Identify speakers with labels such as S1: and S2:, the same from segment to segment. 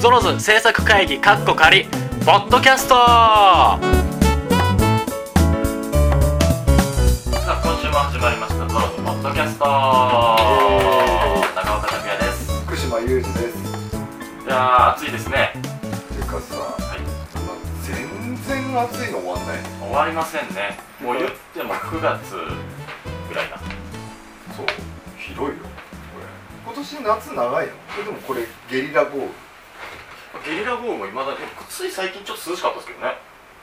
S1: ゾロズ制作会議カッコ仮ポッドキャストさあ
S2: 今週も始まりましたゾロズポッドキャスト
S3: ー
S2: 中岡拓也です
S3: 福島雄二です。
S2: いやー暑いですね
S3: ていうかさ、
S2: はい
S3: 全然暑いの終わんない。
S2: 終わりませんねもう言っても9月ぐらいだ
S3: そう、広いよ。これ今年夏長いの。えでもこれゲリラ豪雨。
S2: ゲリラ豪雨もいまだについ最近ちょっと涼しかったですけどね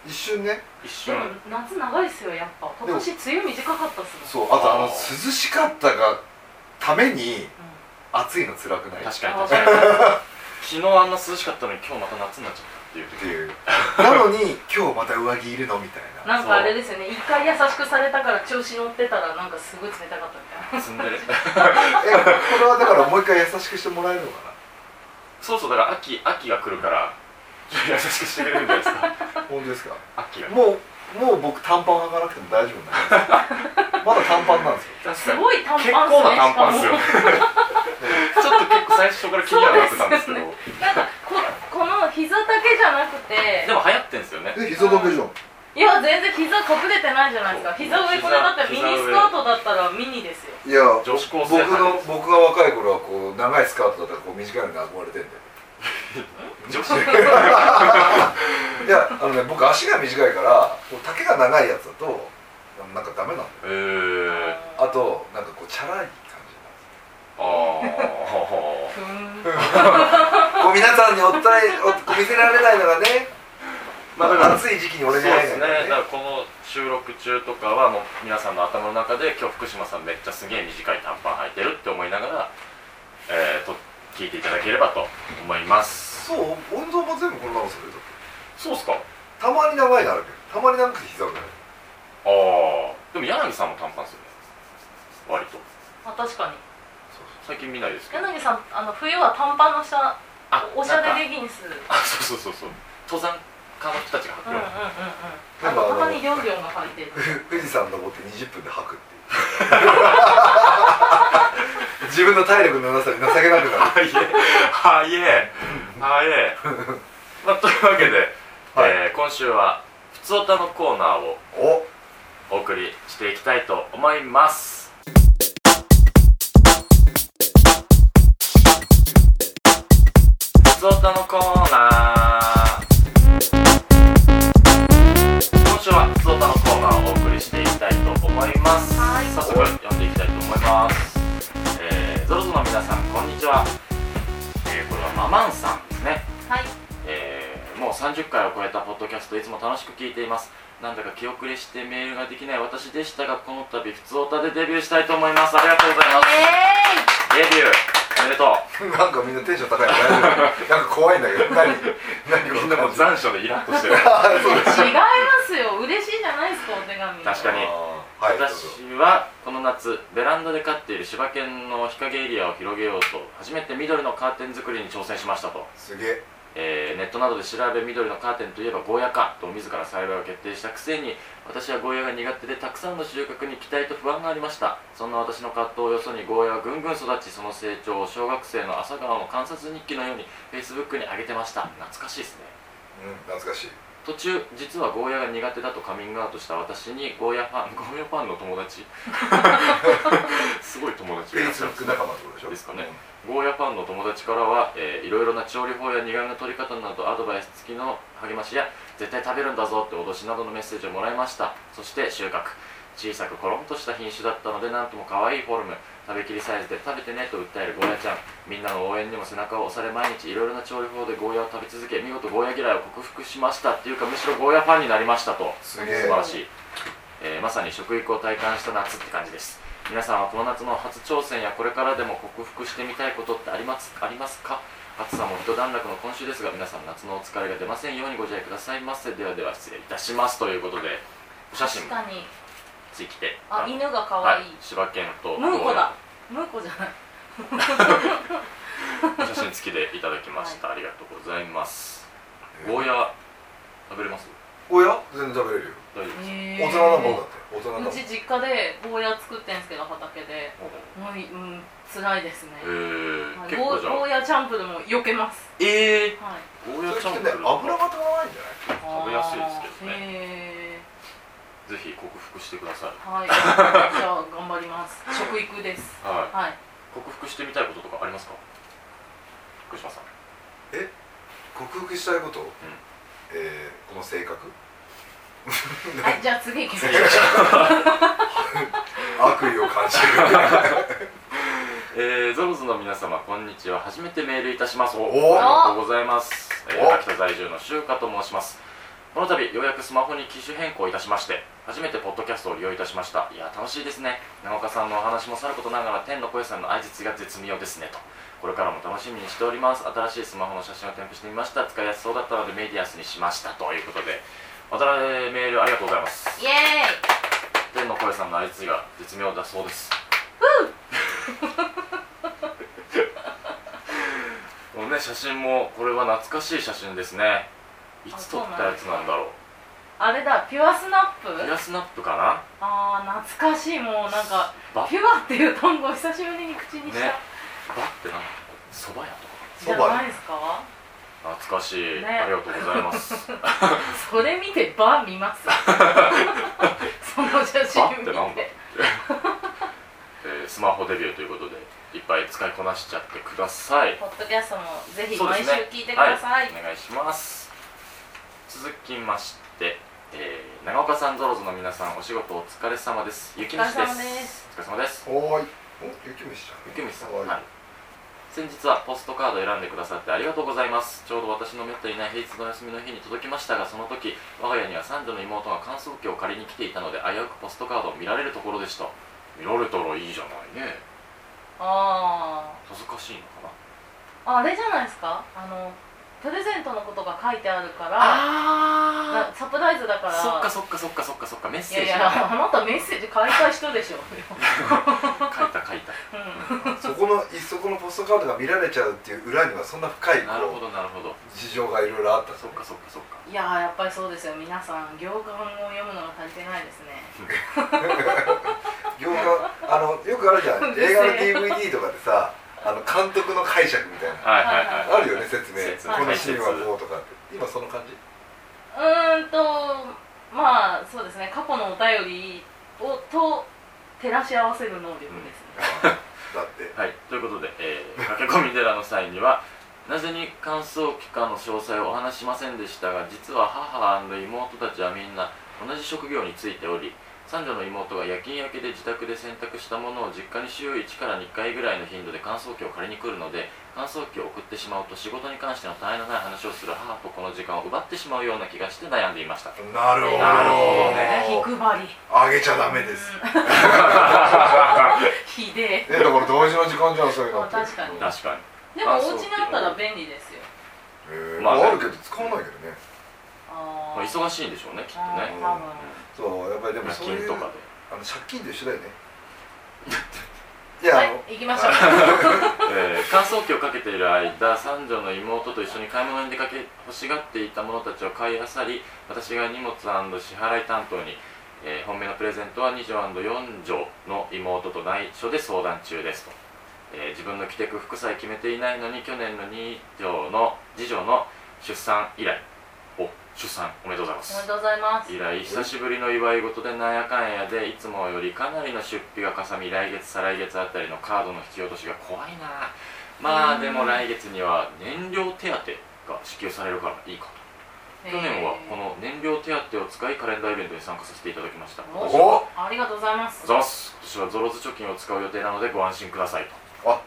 S3: 一瞬ね。
S2: 一
S4: で
S2: 瞬
S4: も夏長いっすよやっぱ今年梅雨短かったっす
S3: そう、あとあの
S2: あー
S3: 涼しかったがために
S4: ね
S3: 暑いの辛くない。っ
S2: 確かに
S4: あ
S2: 確か に昨日あんな涼しかったのに今日また夏になっちゃったっていう
S3: ていう。なのに今日また上着いるのみたい
S4: うん
S3: な。
S4: なんかあれですよね一回優しくされたから調子乗ってたらなんかすごい冷たかったみ たいな
S2: 積んでる
S3: え、これはだからもう一回優しくしてもらえるのか
S2: そうそうだから秋秋が来るからちょっと優しくしてくれるんじゃないですか
S3: な。本当ですか。
S2: 秋が
S3: もうもう僕短パン履かなくても大丈夫なんです。まだ短パンなんですよ。
S2: 確
S4: すごい短
S2: 結
S4: パンっ
S2: 構
S4: す
S2: な
S4: ね
S2: 短パンっす よちょ
S4: し
S2: っと結構最初から気にはなってたんですけどで,、
S4: かもなんかここの膝だけじゃなくて
S2: も流行ってんですよね
S3: え、膝だけじゃん。
S4: いや全然膝隠れてないじゃないですか
S2: そう
S4: 膝上これだったらミ
S2: 膝
S4: ニスカートだったらミニです
S3: い
S4: よ
S2: 女
S3: や、
S2: 子高
S3: 僕
S2: 生
S3: の僕が若い頃はこう長いスカートだったらこう短いのに憧れてんだよ
S2: 女子
S3: いやあのね僕足が短いからこう丈が長いやつだとなんかダメなんだよ
S2: えー、
S3: あとなんかこうチャラい感じなんです
S2: ああ
S4: ふーん
S3: こう皆さんにお伝えおこう見せられないのがね、ま
S2: まあだから
S3: あ、暑い時期に
S2: そう
S3: 俺
S2: で
S3: じゃない
S2: す
S3: か
S2: ね
S3: ら
S2: だからこ
S3: ね
S2: の収録中とかはもう皆さんの頭の中で今日福島さんめっちゃすげえ短い短パン履いてるって思いながら、えー、と聞いていただければと思います
S3: そう温存も全部このままそれだって
S2: そうっすかあ
S3: たまに長いのあるけどたまになんか膝がない
S2: あでも柳さんも短パンっすよね割と
S4: あ確かに
S2: 最近見ないですけど
S4: 柳さんあの冬は短パンの下
S2: あ
S4: おしゃ
S2: なんか
S4: れレギンス
S2: あそうそうそうそう登山家の人たちが履
S4: う
S2: くような、
S3: なんかあの
S4: んうんうんうんあのたまにギョンギョンが履いてる
S3: 富士山登って20分で吐くっていう 自分の体力のなさに情けなくなる
S2: はいえはいえはい えまあというわけで、
S3: はい
S2: えー今週は「ふつおた」のコーナーを
S3: お
S2: お送りしていきたいと思いますふつおたのコーナー今週はふつおたのコーナーをお送りしていきたいと思います
S4: はい
S2: 早速読んでいきたいと思いますえー、ゾロゾの皆さんこんにちは、えー、これはママンさんですね
S4: はい
S2: えーもう30回を超えたポッドキャストいつも楽しく聞いていますなんだか気遅れしてメールができない私でしたがこの度ふつおたでデビューしたいと思いますありがとうございます
S4: イ
S2: デビューおめでとう
S3: なんかみんなテンション高いの大丈夫なんか怖いんだけど何何
S2: みんな もう残暑でイラッとしてる
S3: あそうです
S4: エーイ違いますよ嬉しいじゃないですかお手紙
S2: 確かに
S3: はいどうぞ
S2: 私はこの夏ベランダで飼っている柴犬の日陰エリアを広げようと初めて緑のカーテン作りに挑戦しましたと
S3: すげえ
S2: えーネットなどで調べ緑のカーテンといえばゴーヤかと自ら栽培を決定したくせに私はゴーヤが苦手でたくさんの収穫に期待と不安がありましたそんな私の葛藤をよそにゴーヤはぐんぐん育ちその成長を小学生の朝顔の観察日記のように Facebook に上げてました懐かしいですね
S3: うん懐かしい
S2: 途中実はゴーヤが苦手だとカミングアウトした私にゴーヤファンゴーヤファンの友達 すごい友達
S3: フ
S2: がいら
S3: ェイ
S2: っし
S3: ス
S2: ゃ
S3: ブ
S2: るんですね
S3: ック仲間ってことでしょ
S2: ですかねゴーヤファンの友達からは、えーいろいろな調理法や苦味の取り方などアドバイス付きの励ましや絶対食べるんだぞって脅しなどのメッセージをもらいましたそして収穫小さくコロンとした品種だったのでなんとも可愛いフォルム食べきりサイズで食べてねと訴えるゴーヤちゃんみんなの応援にも背中を押され毎日いろいろな調理法でゴーヤを食べ続け見事ゴーヤ嫌いを克服しましたっていうかむしろゴーヤファンになりましたと
S3: すげえ
S2: 素晴らしい、えーまさに食育を体感した夏って感じです皆さんはこの夏の初挑戦やこれからでも克服してみたいことってありますありますか暑さも一段落の今週ですが皆さん夏のお疲れが出ませんようにご自愛くださいませではでは失礼いたしますということでお写真
S4: 確
S2: も
S4: かに
S2: ついてきて
S4: あ犬が可
S2: はい
S4: 愛い
S2: 柴犬と
S4: ムーコだムーコじゃない
S2: お写真付きでいただきました、ありがとうございます
S3: えー
S2: ゴーヤ食べれます
S3: ゴーヤ全然食べれるよ
S2: 大丈夫です
S3: 大人なもんだ
S4: へ
S3: って大人だもん
S4: うち実家でゴーヤ作ってんすけど畑でもういうん辛いですね
S2: えー
S4: はい
S2: 結
S4: ゴ
S2: 構
S4: ー
S2: じゃ
S4: ゴー
S2: あ
S4: ヤチャンプルも避けます
S2: え
S4: はい
S2: ー、ゴー
S3: そ
S2: ヤ
S3: れ
S2: チャ
S3: し
S2: ン
S3: て
S2: プ
S3: ね
S2: ル
S3: 油が足らないんじゃない
S2: 食べやすいですけどね
S4: ね
S2: ぜひ克服してください
S4: はい じゃあ頑張 ります食育です
S2: はい
S4: はい
S2: 克服してみたいこととかありますか福島さん
S3: 克服したいこと、えーこの性格
S4: はいじゃあ次行きましょう
S3: 悪意を感じる
S2: えー、ゾロズの皆様こんにちは初めてメールいたしますお
S3: おー
S2: ありがとうございます、え
S3: お
S2: ー、秋田在住のしゅうかと申しますこの度ようやくスマホに機種変更いたしまして初めてポッドキャストを利用いたしましたいや楽しいですね長岡さんのお話もさることながら天の声さんの相槌が絶妙ですねとこれからも楽しみにしております新しいスマホの写真を添付してみました使いやすそうだったのでメディアスにしましたということでまたえーメールありがとうございます
S4: イエーイ
S2: 天の声さんの相槌が絶妙だそうですこのね写真もこれは懐かしい写真ですねいつ撮ったやつなんだろ
S4: あれだピュアスナッ
S2: う
S4: プ
S2: ピアスナップか
S4: ああ懐かしいもうなんか
S2: なバッ
S4: ピュアっていう単語を久しぶりに口にした、
S2: ねバッてなんかそば屋と
S4: じゃないですか
S2: か懐かしい、
S4: ね
S2: ありがとうございます
S4: それ見てバー 見ますその写真見て
S2: バーってなんだえースマホデビューということでいっぱい使いこなしちゃってください
S4: ポッドキャストもぜひ
S2: そうで
S4: 毎
S2: す
S4: 週
S2: ね
S4: 聞いてください、
S2: はい、お願いします続きまして、えー、長岡さんゾロゾの皆さんお仕事お疲れ様です雪虫です
S4: お疲れ様です
S2: お疲れ様です
S3: おーいお雪虫じゃん
S2: ゆきみさん、
S3: かわいい
S2: はい、先日はポストカードを選んでくださってありがとうございますちょうど私のめったにない平日の休みの日に届きましたがその時我が家には三女の妹が乾燥機を借りに来ていたので危うくポストカードを見られるところでした見られたらいいじゃないね
S4: あ
S2: 恥ずかしいのかな
S4: ああれじゃないですかあのプレゼントのことが書いてあるから
S2: あ
S4: なサプライズだから
S2: そっかそっかそっかそっかそっかメッ
S4: い
S2: セー
S4: やい
S2: ジ
S4: や
S2: が
S4: あなたメッセージ書いた 人でしょ、
S2: 書いた書いた
S4: う ん、
S3: そこのそこのポストカードが見られちゃうっていう裏にはそんな深いこう
S2: なるほどなるほど
S3: 事情がいろいろあった
S2: そっかそっかそっか
S4: いやーやっぱりそうですよ皆さん行間を読むのが足りてないですね
S3: 行間あのよくあるじゃん
S4: うるせえ
S3: 映画の DVD とかでさあの監督の解釈みたいな
S2: はい
S3: あ
S4: いはいはい
S3: るよね説明
S2: 説
S4: 明
S3: このシーンはこうとかって今その 感じ
S4: うーんとまあそうですね過去のお便りをと照らし合わせる能力ですね、
S3: だって
S2: はい、ということで、えー、駆け込み寺の際にはなぜに乾燥機かの詳細をお話しませんでしたが実は母妹たちはみんな同じ職業に就いており三女の妹が夜勤明けで自宅で洗濯したものを実家に週1から2回ぐらいの頻度で乾燥機を借りに来るので乾燥機を送ってしまうと仕事に関しての大変のない話をする母とこの時間を奪ってしまうような気がして悩んでいました
S3: なるほど
S2: なるほど
S4: ね気配り
S3: あげちゃダメですね
S4: ひで
S3: だから同時の時間じゃんそういうのって
S4: あ確かに
S2: 確かに
S4: えでもお家にあったら便利ですよ
S3: えー
S2: ま
S3: ま
S2: あ
S3: あ、
S2: ね
S3: あるけど使わないけどね
S4: あ
S2: まあ、
S4: ー
S2: 忙しいんでしょうねきっと
S4: あー
S2: ね
S4: 多分
S3: そうやっぱりでも
S2: 夜
S3: そうい
S2: 勤
S3: う
S2: とかで
S3: あの借金と一緒だよね いや、あの
S4: はい行きまし ょう
S2: えー乾燥機をかけている間三女の妹と一緒に買い物に出かけ欲しがっていたものたちを買い漁り私が荷物支払い担当に、えー本命のプレゼントは2女4女の妹と内緒で相談中ですと、えー自分の着てく服さえ決めていないのに去年の2女の次女の出産以来お出産おめでとうございま
S4: おめですとうございます
S2: 以来久しぶりの祝い事でなんやかんやでいつもよりかなりの出費がかさみ来月再来月あたりのカードの引き落としが怖いなまあでも来月には燃料手当が支給されるからいいかと去年はこの燃料手当を使いカレンダーイベントに参加させていただきました
S4: お
S2: 今年は
S3: お
S4: ありがとうございます
S2: ざいます今年はゾロズ貯金を使う予定なのでご安心くださいと
S3: あ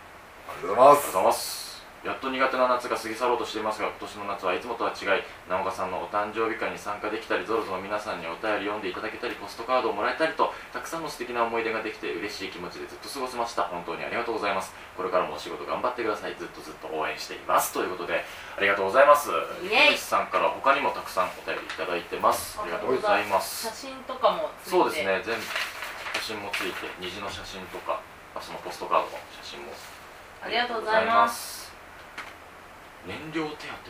S3: りがとうござい
S2: あ
S3: ま
S2: りがとう
S3: す
S2: ございますやっと苦手な夏が過ぎ去ろうとしていますが今年の夏はいつもとは違い直岡さんのお誕生日会に参加できたりゾロゾロ皆さんにお便り読んでいただけたりポストカードをもらえたりとたくさんの素敵な思い出ができて嬉しい気持ちでずっと過ごせました本当にありがとうございますこれからもお仕事頑張ってくださいずっとずっと応援していますということでありがとうございます
S4: イエイ
S2: ゆきさんから他にもたくさんお便りいただいてますありがとうございます
S4: 写真とかもついて
S2: そうですね全部写真もついて虹の写真とかあそのポストカードの写真も
S4: ありがとうございます
S2: す燃料手当ってなんだ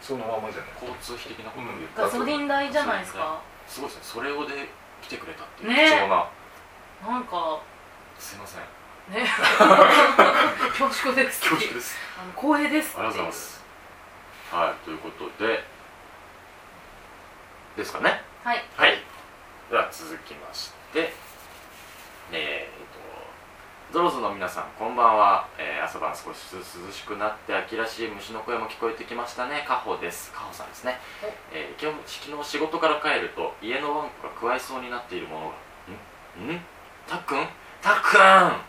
S3: そのままじゃない
S2: 交通費的なことで言うと
S4: ガソリン代じゃないですか
S2: すごいですねそれをで来てくれたっていう
S4: ね
S2: 貴重な、
S4: なんか
S2: すい ません
S4: ね 恐縮です
S2: 恐縮です
S4: あの光栄です
S2: ありがとうございますはいということでですかね
S4: はい
S2: はいでは続きましてえー、とゾロズの皆さんこんばんは、えー朝晩少しずつ涼しくなって秋らしい虫の声も聞こえてきましたねカホですカホさんですね
S4: お、
S2: えー、今日昨日仕事から帰ると家のワンコがくわえそうになっているものがんんたっくんたっくん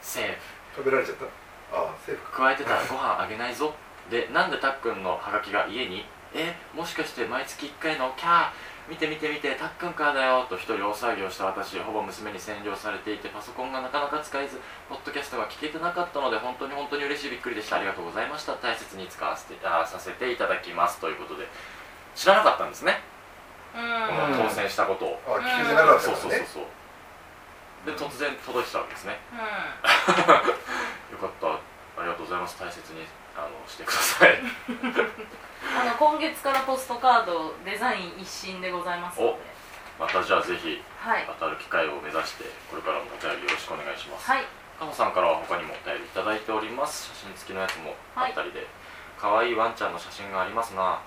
S2: セーフ
S3: 食べられちゃったああセーフか
S2: 加えてたらご飯あげないぞでなんでたっくんのハガキが家にえもしかして毎月1回のキャー見て見て見てたっくんからだよと一人大騒ぎをした私ほぼ娘に占領されていてパソコンがなかなか使えずポッドキャストが聞けてなかったので本当に本当に嬉しいびっくりでしたありがとうございました大切に使わせてあーさせていただきますということで知らなかったんですね、こ
S4: う
S2: の当選したことを、
S3: ああ聞けてなかった
S2: そう
S3: か
S2: そうそう
S3: らね
S2: そうで突然届いてたわけですね
S4: んうん
S2: よかったありがとうございます大切にあのしてください
S4: あの今月からポストカードデザイン一新でございますので
S2: またじゃあぜひ
S4: はい
S2: 当たる機会を目指してこれからもお便りよろしくお願いします
S4: はい
S2: カホさんからは他にもお便りいただいております写真付きのやつもあったりで、可愛いワンちゃんの写真がありますな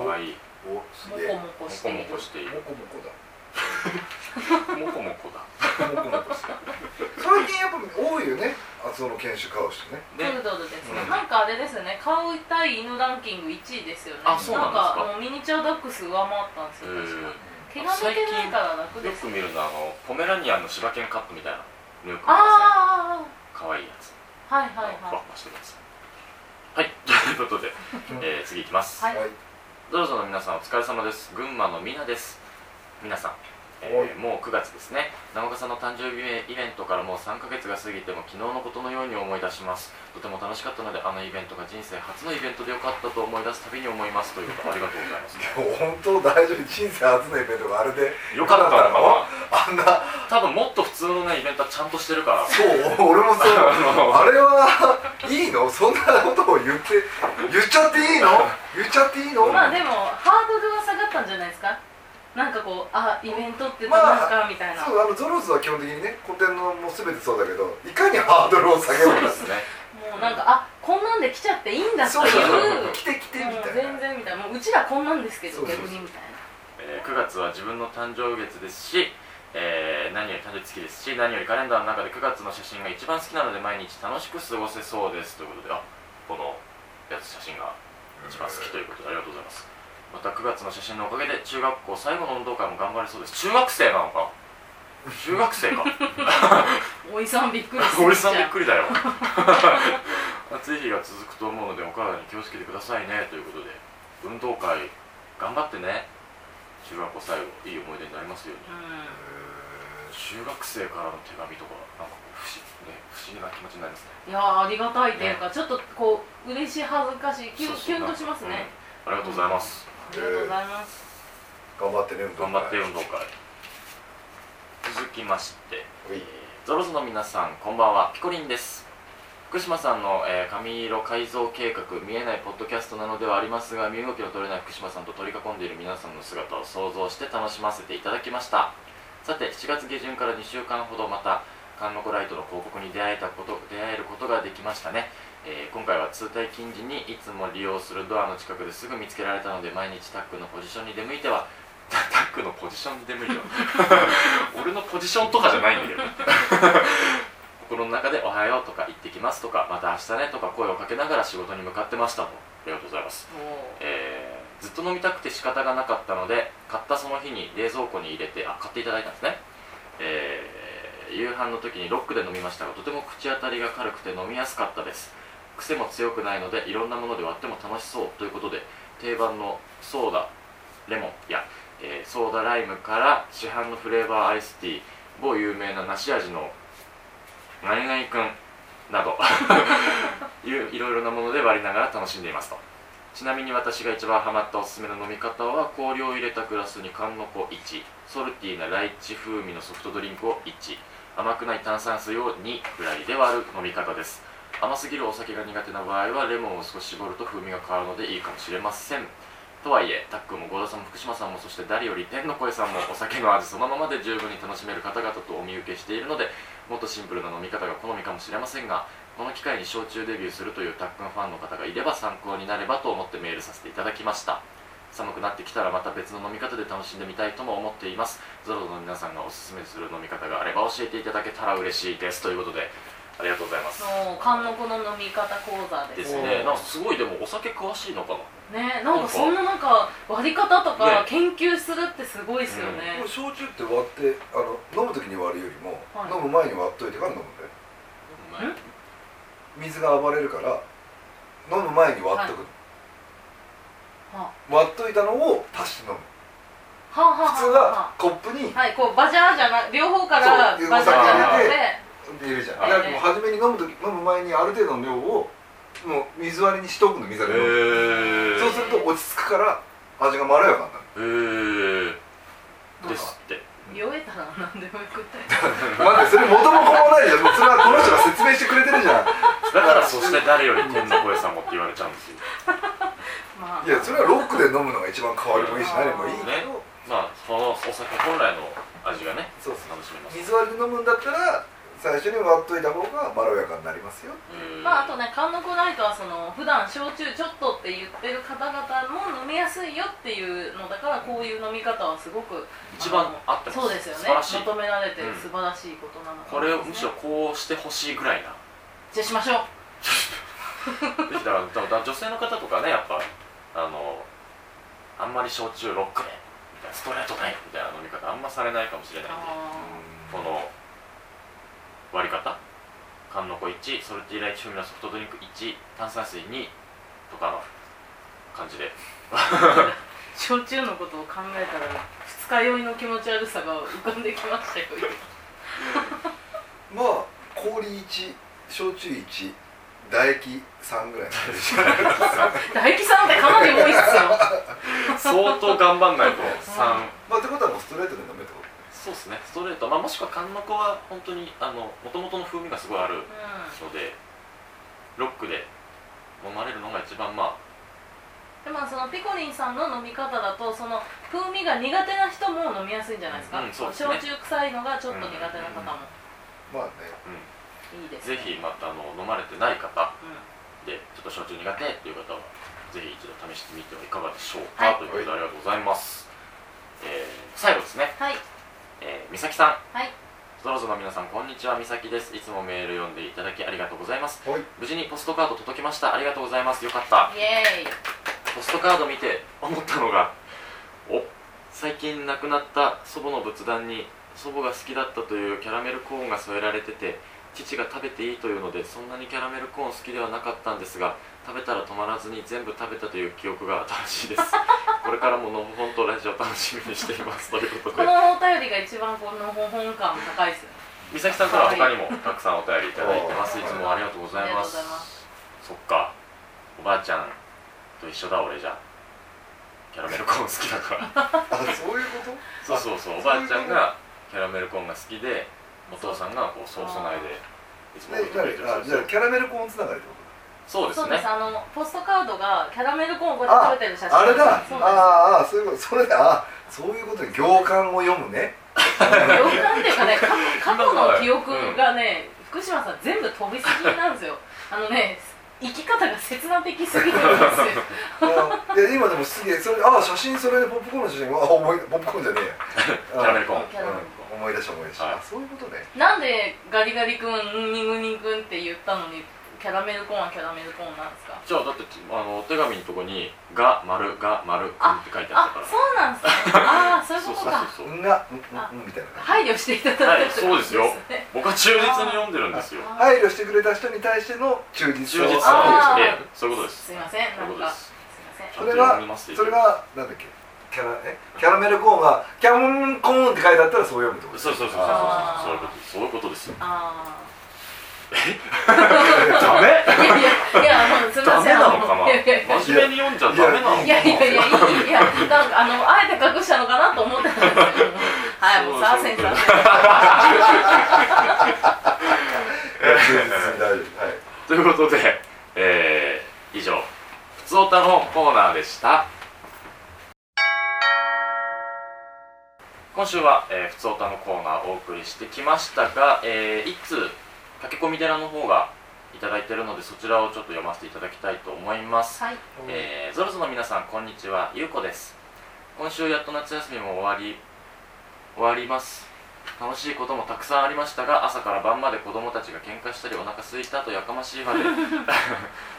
S2: うん可愛い
S3: おす
S4: ん
S3: げえ
S4: もこもこ
S2: モ
S4: し
S2: コ
S4: てい
S2: モ
S4: る
S2: コしてい
S3: モ
S2: る
S3: コモコだ
S2: モコモコだ
S3: モコモコしてる最近やっぱ多いよね厚尾の犬種顔してね
S4: プ
S2: で
S4: ードルですね、
S2: うん
S4: なんかあれですよね顔痛い犬ランキング1位ですよね
S2: あそうなんですか
S4: かあのミニチュアダックス上回ったんで
S2: う
S4: す
S2: ん
S4: よ確か毛
S2: ん
S4: が抜けないから楽
S2: よ
S4: です
S2: く見るのはあのポメラニアンの柴犬カットみたいなのよく見ますね
S4: あ
S2: 可愛いやつ
S4: あはい
S2: ふ
S4: はい
S2: わ
S4: は
S2: ふわしてるやつはいという ことで、えー次いきます
S4: はい
S2: どうぞの皆さんお疲れ様です群馬のみなです皆さん、
S3: おい
S2: えーもう9月ですね直岡さんの誕生日イベントからもう3ヶ月が過ぎても昨日のことのように思い出しますとても楽しかったのであのイベントが人生初のイベントでよかったと思い出すたびに思いますということありがとうございます
S3: 本当大丈夫人生初のイベントがあれで
S2: よかったのか
S3: あんな
S2: な多分もっと普通のねイベントはちゃんとしてる から
S3: そう俺もそうあれはいいのそんなことを言って言っちゃっていいの言っちゃっていいの、
S4: いまあでもハードルは下がったんじゃないですかなんかこうあイベントってどうなんですかみたいな、
S3: そうあのゾロズは基本的にね古典のもう全てそうだけどいかにハードルを下げる
S2: そう
S3: か
S2: ですね
S4: もうなんかあこんなんで来ちゃっていいんだってい
S3: そう
S4: う
S3: そう
S2: そう
S3: 来て来てみ
S4: もう
S3: たい
S4: 全
S3: な
S4: 然みたいなもううちらこんなんですけど
S3: そうそうそう
S4: 逆にみたいな
S2: えー9月は自分の誕生月ですし、えー何より誕生月ですし何よりカレンダーの中で9月の写真が一番好きなので毎日楽しく過ごせそうですということであこのやつ写真が一番好きということでありがとうございますまた9月の写真のおかげで中学校最後の運動会も頑張れそうです中学生なのか中学生か
S4: おいさんびっくりする
S2: 俺さんびっくりだよ 暑い日が続くと思うのでお体に気をつけてくださいねということで運動会頑張ってね中学校最後いい思い出になりますように中
S4: う
S2: 学生からの手紙とかなんかこう不思,、ね、不思議な気持ちになりますね
S4: んいやーありがたいというか、ちょっとこう嬉しい恥ずかしいキュンキュンとしますね、、
S2: そうそうなんかうんありがとうございます、
S4: ありがとうご
S3: 頑張っ
S4: ざいます、
S3: てね運動
S2: 頑張って運動会続きまして、えーゾロゾの皆さんこんばんはピコリンです福島さんの、えー髪色改造計画見えないポッドキャストなのではありますが身動きの取れない福島さんと取り囲んでいる皆さんの姿を想像して楽しませていただきましたさて7月下旬から2週間ほどまたカンノコライトの広告に出会えたこと出会えることができましたね、えー今回は通体近時にいつも利用するドアの近くですぐ見つけられたので毎日タックのポジションに出向いてはタックのポジションに出向いては 俺のポジションとかじゃないんだけど心の中で「おはよう」とか「行ってきます」とか「また明日ね」とか声をかけながら仕事に向かってましたとありがとうございます
S4: も
S2: えーずっと飲みたくて仕方がなかったので買ったその日に冷蔵庫に入れてあ買っていただいたんですね、えー夕飯の時にロックで飲みましたがとても口当たりが軽くて飲みやすかったです癖も強くないのでいろんなもので割っても楽しそうということで定番のソーダレモンや、えーソーダライムから市販のフレーバーアイスティー某有名な梨味の何々くんなど いういろいろなもので割りながら楽しんでいますとちなみに私が一番ハマったおすすめの飲み方は氷を入れたグラスに缶の子1ソルティーなライチ風味のソフトドリンクを1甘くない炭酸水を2ぐらいで割る飲み方です甘すぎるお酒が苦手な場合はレモンを少し絞ると風味が変わるのでいいかもしれませんとはいえたっくんも郷田さんも福島さんもそして誰より天の声さんもお酒の味そのままで十分に楽しめる方々とお見受けしているのでもっとシンプルな飲み方が好みかもしれませんがこの機会に焼酎デビューするというたっくんファンの方がいれば参考になればと思ってメールさせていただきました寒くなってきたらまた別の飲み方で楽しんでみたいとも思っていますゾロの皆さんがおすすめする飲み方があれば教えていただけたら嬉しいですということでありがとうございます
S4: の韓の子の飲み方講座で
S2: ですすねなんかすごいでもお酒詳しいのかな
S4: ねなんかそんななんか割り方と
S2: ね
S4: か研究するってすごいですよね、
S3: もう焼酎って割ってあの飲む時に割るよりも、
S4: はい
S3: 飲む前に割っといてから飲むんだよ
S2: うまい
S3: 水が暴れるから飲む前に割っとく、
S4: は
S3: 割っといたのを足して飲む
S4: あはあはあ
S3: 普通はコップに
S4: あはいこうバジャーじゃない両方から
S3: そ
S4: バジ
S3: う
S4: ャー入れて
S3: 入れるじゃん、
S2: はい
S3: だからもう初めに飲む時飲む前にある程度の量をもう水割りにしとくの水割りを、
S2: へ
S3: そうすると落ち着くから味がまろやかになる
S2: えー、ですって
S4: 酔えたら何でもよくて
S3: 待ってそれ元も子もないじゃんもうそれはこの人が説明してくれてるじゃ
S2: だ
S3: ん
S2: からそして誰より天の声さんもって言われちゃうんですよ
S4: まあ
S3: いやそれはロックで飲むのが一番香りもいいし何もいいけど、
S2: ねまあそのお酒本来の味がね
S3: そうそう
S2: 楽しめます
S3: 水割りで飲むんだったら最初に割っといた方がまろやかになりますよ
S4: まあ、あと
S2: ね
S4: ね、韓国ライトはその普段焼酎ちょっとって言ってる方々も飲みやすいよっていうのだからこういう飲み方はすごく
S2: 一番合ってます
S4: そうですよ
S2: 素
S4: ね
S2: 晴らしい
S4: 求められて
S2: うん
S4: 素晴らしいことなのか
S2: こ
S4: な
S2: れを
S4: と
S2: む
S4: 思いま
S2: し
S4: すね
S2: ろこうしてほしいぐらいな
S4: じゃあしましょう
S2: できたらだから女性の方とかねやっぱあのあんまり焼酎ロックでみたいなストレートでみたいな飲み方あんまされないかもしれないんで
S4: あ
S2: この割り方缶の子1ソルティーライチ風味のソフトドリンク1炭酸水2とかの感じで
S4: ー焼酎のことを考えたら二日酔いの気持ち悪さが浮かんできましたよ
S3: まあ氷1焼酎1唾液3ぐらいなんでしょ
S4: 唾液さんってかなり多いっすよ
S2: 相当頑張ん ないと3
S3: まあってことはもうストレートで飲めってこと
S2: そうですねストレート、まあ、もしくは缶の子は本当にあの元々の風味がすごいある
S4: う
S2: のでロックで飲まれるのが一番まあ
S4: んでもそのピコリンさんの飲み方だとその風味が苦手な人も飲みやすいんじゃないですか、
S2: うんそうですね
S4: 焼酎臭いのがちょっと苦手な方も、
S3: まあね
S4: いいですね
S2: ぜひまたあの飲まれてない方
S4: うん
S2: でちょっと焼酎苦手っていう方はぜひ一度試してみてはいかがでしょう
S4: は
S2: か、
S4: い
S2: ということでありがとうございます、えー最後ですね、
S4: はい
S2: えー、美咲さん
S4: はい
S2: ゾロゾの皆さんこんにちは美咲ですいつもメール読んでいただきありがとうございます
S3: はい
S2: 無事にポストカード届きましたありがとうございますよかった
S4: イエーイ
S2: ポストカード見て思ったのがお最近亡くなった祖母の仏壇に祖母が好きだったというキャラメルコーンが添えられてて父が食べていいというのでそんなにキャラメルコーン好きではなかったんですが食べたら止まらずに全部食べたという記憶が新しいです これからものほほんとラジオ楽しみにしていますということ
S4: こ
S2: で
S4: のお便りが一番この本感高いですよね
S2: 美咲さんからは他にもたくさんお便りいただいてます
S3: はいい
S2: つもありがとうございます
S4: ありがとうございま
S2: そっかおばあちゃんと一緒だ俺じゃキャラメルコーン好きだから
S3: あそういうこと
S2: そうそうそうおばあちゃんがキャラメルコーンが好きでお父さんがこうソース内でいつも
S3: で
S2: 食べて
S3: じゃああじゃあ
S2: る
S3: キャラメルコーンつながりってこと
S2: そうです
S4: そう
S2: ね
S4: ですあのポストカードがキャラメルコーンをこうやって食べてる写真
S3: あれだ
S4: そう
S3: あーあーそういうことそれだあそういうことで行間を読むね
S4: です洋館っていうか ね過去過去の記憶がね、福島さん全部飛びすぎなんですよあのね生き方が切断的す ぎるんですよ
S3: いや今でもすげえそれああ写真それでポップコーンの写真あ思いポップコーンじゃねえ
S2: キ
S3: や
S2: ャラメルコーン
S4: キャラメル
S3: うん思い出した思い出した、
S2: はい
S3: あそういうことね
S4: なんでガリガリ君ニグニグンって言ったのにキャラメルコーンはキャラメルコーンなんですか
S2: じゃあだってあのお手紙のとこに「が丸が丸くん」って書いてあったか
S4: あ
S2: ら
S4: そうなんですねああそういう
S2: そう
S4: こと
S2: そう
S4: か
S2: そう
S3: う
S2: そうん
S3: がうん
S4: あ
S3: うんうんみたいな感じ
S4: 配慮していただいた
S2: はい
S4: って
S2: そうですよ
S4: ことね
S2: 僕は忠実に読んでるんですよ
S4: あー
S3: 配慮してくれた人に対しての忠実
S2: 忠
S3: さを
S2: 実
S4: あ
S2: さ
S4: ー
S2: をええそういうことです
S4: すいません
S2: そう
S4: ない
S2: うんことで
S4: か
S2: す
S4: すいません
S2: ちゃ
S3: そ
S2: んと
S3: れ
S2: 読み
S3: が
S2: ますよ
S3: それがなんだっけキャラえキャラメルコーンがキャンコーンって書いてあったらそう読むってこと
S2: そうそうそうそうそう
S4: あー
S2: そういうことですそういうことですよ
S4: あ
S2: ダメ
S4: あいやいやいやあのすみ
S2: ダ
S4: ませ
S2: メ
S4: ん
S2: なのかない
S4: やいやいや
S2: 真面目に読んじゃダメなのかない
S4: やいやいやいいいやなんかあのあえて隠したのかなと思ってたんですけどもはいもうさあ先生
S3: 忠実に大丈夫はい
S2: ということで、えー以上「ふつおた」のコーナーでした今週は、えー、ふつおたのコーナーをお送りしてきましたが、えー、一通駆け込み寺の方がいただいているのでそちらをちょっと読ませていただきたいと思います
S4: はい
S2: えー、ゾロゾの皆さんこんにちはゆうこです今週やっと夏休みも終わり終わります楽しいこともたくさんありましたが朝から晩まで子供たちが喧嘩したりお腹空いたとやかましいまで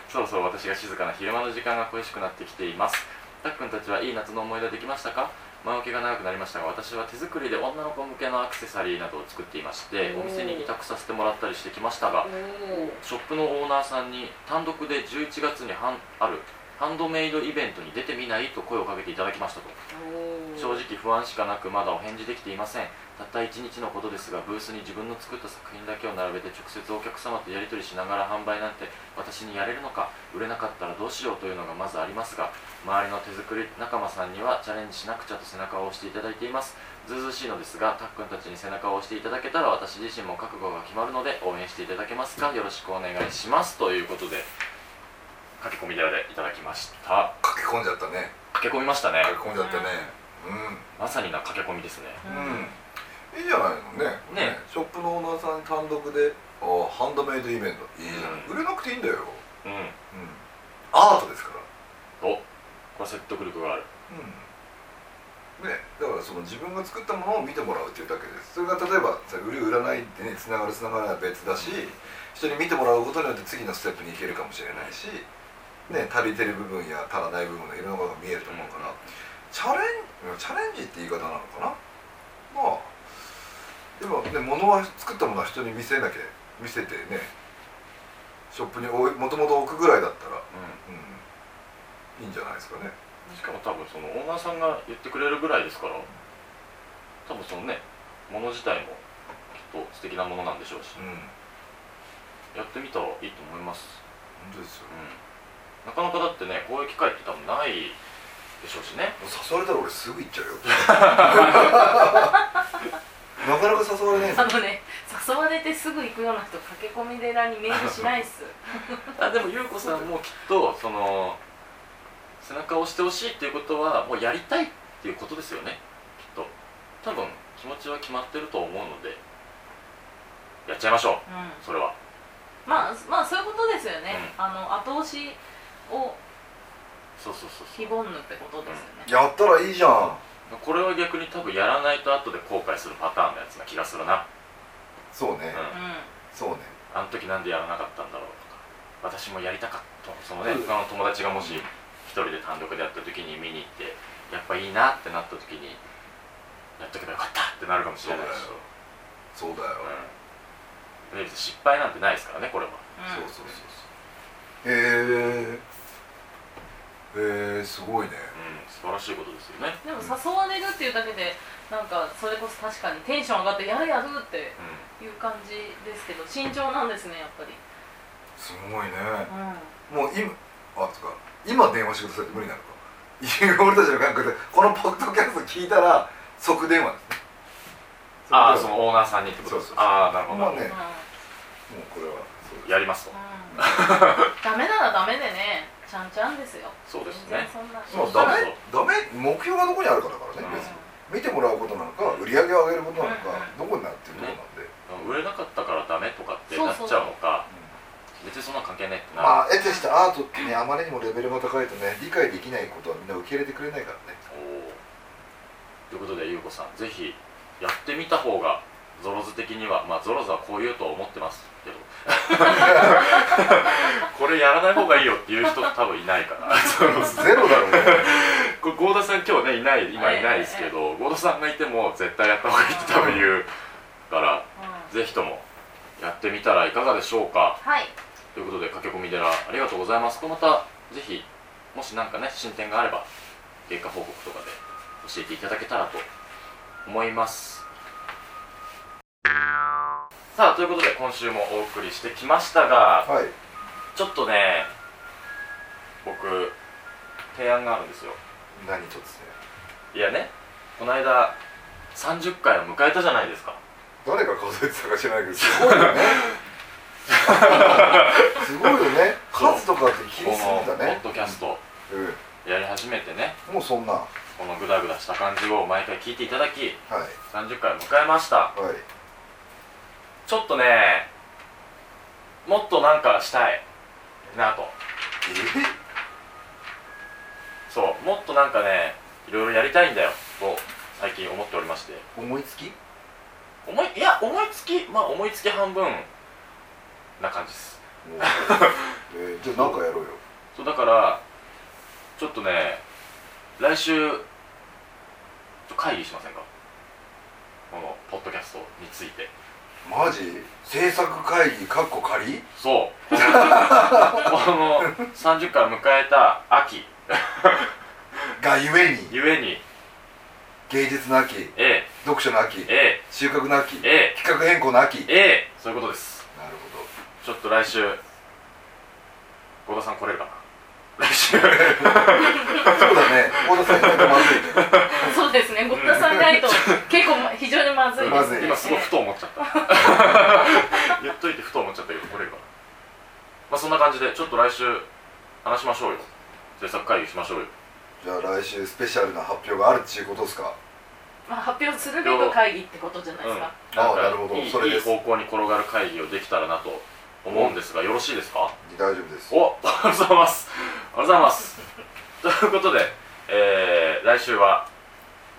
S2: そろそろ私が静かな昼間の時間が恋しくなってきていますたっくんたちはいい夏の思い出できましたか前置きが長くなりましたが私は手作りで女の子向けのアクセサリーなどを作っていまして
S4: おー
S2: お店に委託させてもらったりしてきましたが
S4: おー
S2: ショップのオーナーさんに単独で11月にハンあるハンドメイドイベントに出てみないと声をかけていただきましたと
S4: おー
S2: 正直不安しかなくまだお返事できていませんたった1日のことですがブースに自分の作った作品だけを並べて直接お客様とやり取りしながら販売なんて私にやれるのか売れなかったらどうしようというのがまずありますが周りの手作り仲間さんにはチャレンジしなくちゃと背中を押していただいていますずうずうしいのですがたっくんたちに背中を押していただけたら私自身も覚悟が決まるので応援していただけますかよろしくお願いしますということで駆け込み寺でいただきました
S3: 駆け込んじゃったね
S2: 駆け込みましたね
S3: 駆け込んじゃったね
S2: まさにな駆け込みですね
S3: うんうんいいじゃないのね
S2: ね
S3: ショップのオーナーさんに単独であーハンドメイドイベントいいじゃない、
S2: うん
S3: 売れなくていいんだよ、うん、
S2: うん
S3: アートですから
S2: おこれ説得力がある
S3: うんね、だからその自分が作ったものを見てもらうっていうだけですそれが例えばさ売り売らないでねつながるつながらないは別だし人に見てもらうことによって次のステップに行けるかもしれないし、ね、足りてる部分や足らない部分がいろんなことが見えると思うから、チャレンチャレンジって言い方なのかなまあでもね物は作ったものは人に見せなきゃ見せてねショップにおいもともと置くぐらいだった
S2: う
S3: ら、うん、いいんじゃないですかね
S2: んしかも多分そのオーナーさんが言ってくれるぐらいですから多分そのねもの自体もきっと素敵なものなんでしょうし
S3: うん
S2: やってみたらいいと思います
S3: 本当ですよ
S2: うんなかなかだってねこういう機会って多分ないでしょうしね
S3: 誘われたら俺すぐ行っちゃうよなかなか誘われないです
S4: あのね誘われてすぐ行くような人駆け込み寺にメールしないっす
S2: あでも優子さんもきっとその背中を押してほしいっていうことはもうやりたいっていうことですよねきっと多分気持ちは決まってると思うのでやっちゃいましょ
S4: うん
S2: うそれは
S4: まあまあそういうことですよね、あの後押しを
S2: そうそうそうそ
S4: 希
S2: う
S4: 望むってことですよね、
S3: やったらいいじゃん
S2: これは逆に多分やらないと後で後悔するパターンのやつな気がするな
S3: そうね、
S2: うん
S4: うん
S3: そうね
S2: あの時なんでやらなかったんだろうとか私もやりたかったそのね
S3: うん
S2: 他の友達がもし一人で単独でやった時に見に行ってやっぱいいなってなった時にやっとけばよかったってなるかもしれないし
S3: そうだよそうだ
S2: う
S3: よ、
S2: んで別に失敗なんてないですからねこれは
S3: そううんそうそうそうへえー、えー、すごいね
S2: うん素晴らしいことですよね
S4: でも誘われるっていうだけでなんかそれこそ確かにテンション上がってやるやるって
S2: うん
S4: いう感じですけど慎重なんですねやっぱり
S3: すごいね
S4: うん
S3: もう今あつか今電話してくださいって無理なのか俺たちの感覚でこのポッドキャスト聞いたら即電話です
S2: ああそのオーナーさんにってことです
S3: そうそうそう
S2: ああなるほど
S3: まあね
S4: うん
S3: もうこれはそうです
S2: やりますと
S4: うんダメならダメでねちゃんちゃんですよ
S2: そうです
S4: 全
S2: ね
S4: 然そんな
S3: まあ
S2: そう
S3: ダメダメ目標がどこにあるかだからね、
S2: うん
S3: 別に見てもらうことなのか売り上げを上げることなのか、どこになってるとこなんで、
S2: 売れなかったからダメとかって
S4: そう
S2: なっ
S4: そう
S2: ちゃうのか別にそんなの関係ないって
S3: ま
S2: な
S3: あ得てしたアートってねあまりにもレベルが高いとね理解できないことはみんな受け入れてくれないから ね
S2: おおということでゆうこさんぜひやってみた方がゾロズ的にはまあゾロズはこう言うとは思ってますけ どこれやらない方がいいよっていう人多分いないからゾロズ
S3: ゼロだろうね
S2: これ合田さん今日ねいない今いないですけど合田さんがいても絶対やった方がいいって多分言うから
S4: うん
S2: ぜひともやってみたらいかがでしょうか
S4: はい
S2: ということで駆け込み寺ありがとうございますこれまたぜひもし何かね進展があれば結果報告とかで教えていただけたらと思いますさあということで今週もお送りしてきましたが
S3: はい
S2: ちょっとね僕提案があるんですよ
S3: 何とですね
S2: いやねこの間30回を迎えたじゃないですか
S3: 誰が数えてたか知らないけどすご いよねすごいよね数とかって気にするん
S2: この
S3: だね
S2: ポッドキャスト
S3: う
S2: やり始めてね
S3: んもうもうそんなは
S2: このグダグダした感じを毎回聞いていただき
S3: い
S2: 30回を迎えました
S3: はい
S2: ちょっとねもっとなんかしたいなとそうもっとなんかねいろいろやりたいんだよと最近思っておりまして
S3: え思 いつき
S2: 思いいや思いつきまあ思いつき半分な感じです
S3: もうえーじゃあ何かやろうよ
S2: そうだからちょっとね来週ちょっと会議しませんかこのポッドキャストについて
S3: マジ制作会議かっこ仮
S2: そう この30回迎えた秋
S3: がゆえに
S2: ゆえに
S3: 芸術の秋
S2: え
S3: 読書の秋
S2: ええ
S3: 収穫の秋
S2: ええ
S3: 企画変更の秋
S2: えええそういうことです
S3: なるほど
S2: ちょっと来週後田さん来れるかな来週
S3: そうだね大田さんになんかまずいね
S4: そうですね、ゴッタさんがいと結構ま非常にまずいで
S3: ますずい
S4: ね。
S2: 今すごいふと思っちゃった 言っといてふと思っちゃったけどこれかなまあそんな感じでちょっと来週話しましょうよ制作会議しましょうよ
S3: じゃあ来週スペシャルな発表があるっていうことですか
S4: まあ発表するべく会議ってことじゃないですか。
S3: ああ
S2: んか
S3: なるほど
S2: いい
S3: それです
S2: いい方向に転がる会議をできたらなと思うんですが、よろしいですか
S3: 大丈夫です
S2: おありがとうございますありがとうございますということで、えー、来週は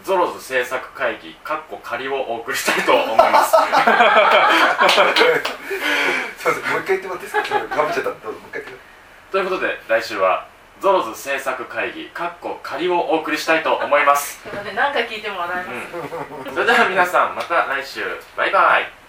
S2: ゾロズ制作会議かっこ仮をお送りしたいと思います
S3: すいませんもう一回言ってもらっていいですかそれかぶっちゃったどうぞもう一回言ってくだ
S2: ということで来週はゾロズ制作会議かっこ仮をお送りしたいと 思います
S4: ということで、何回聞いても笑います。
S2: それでは皆さんまた来週バイバイ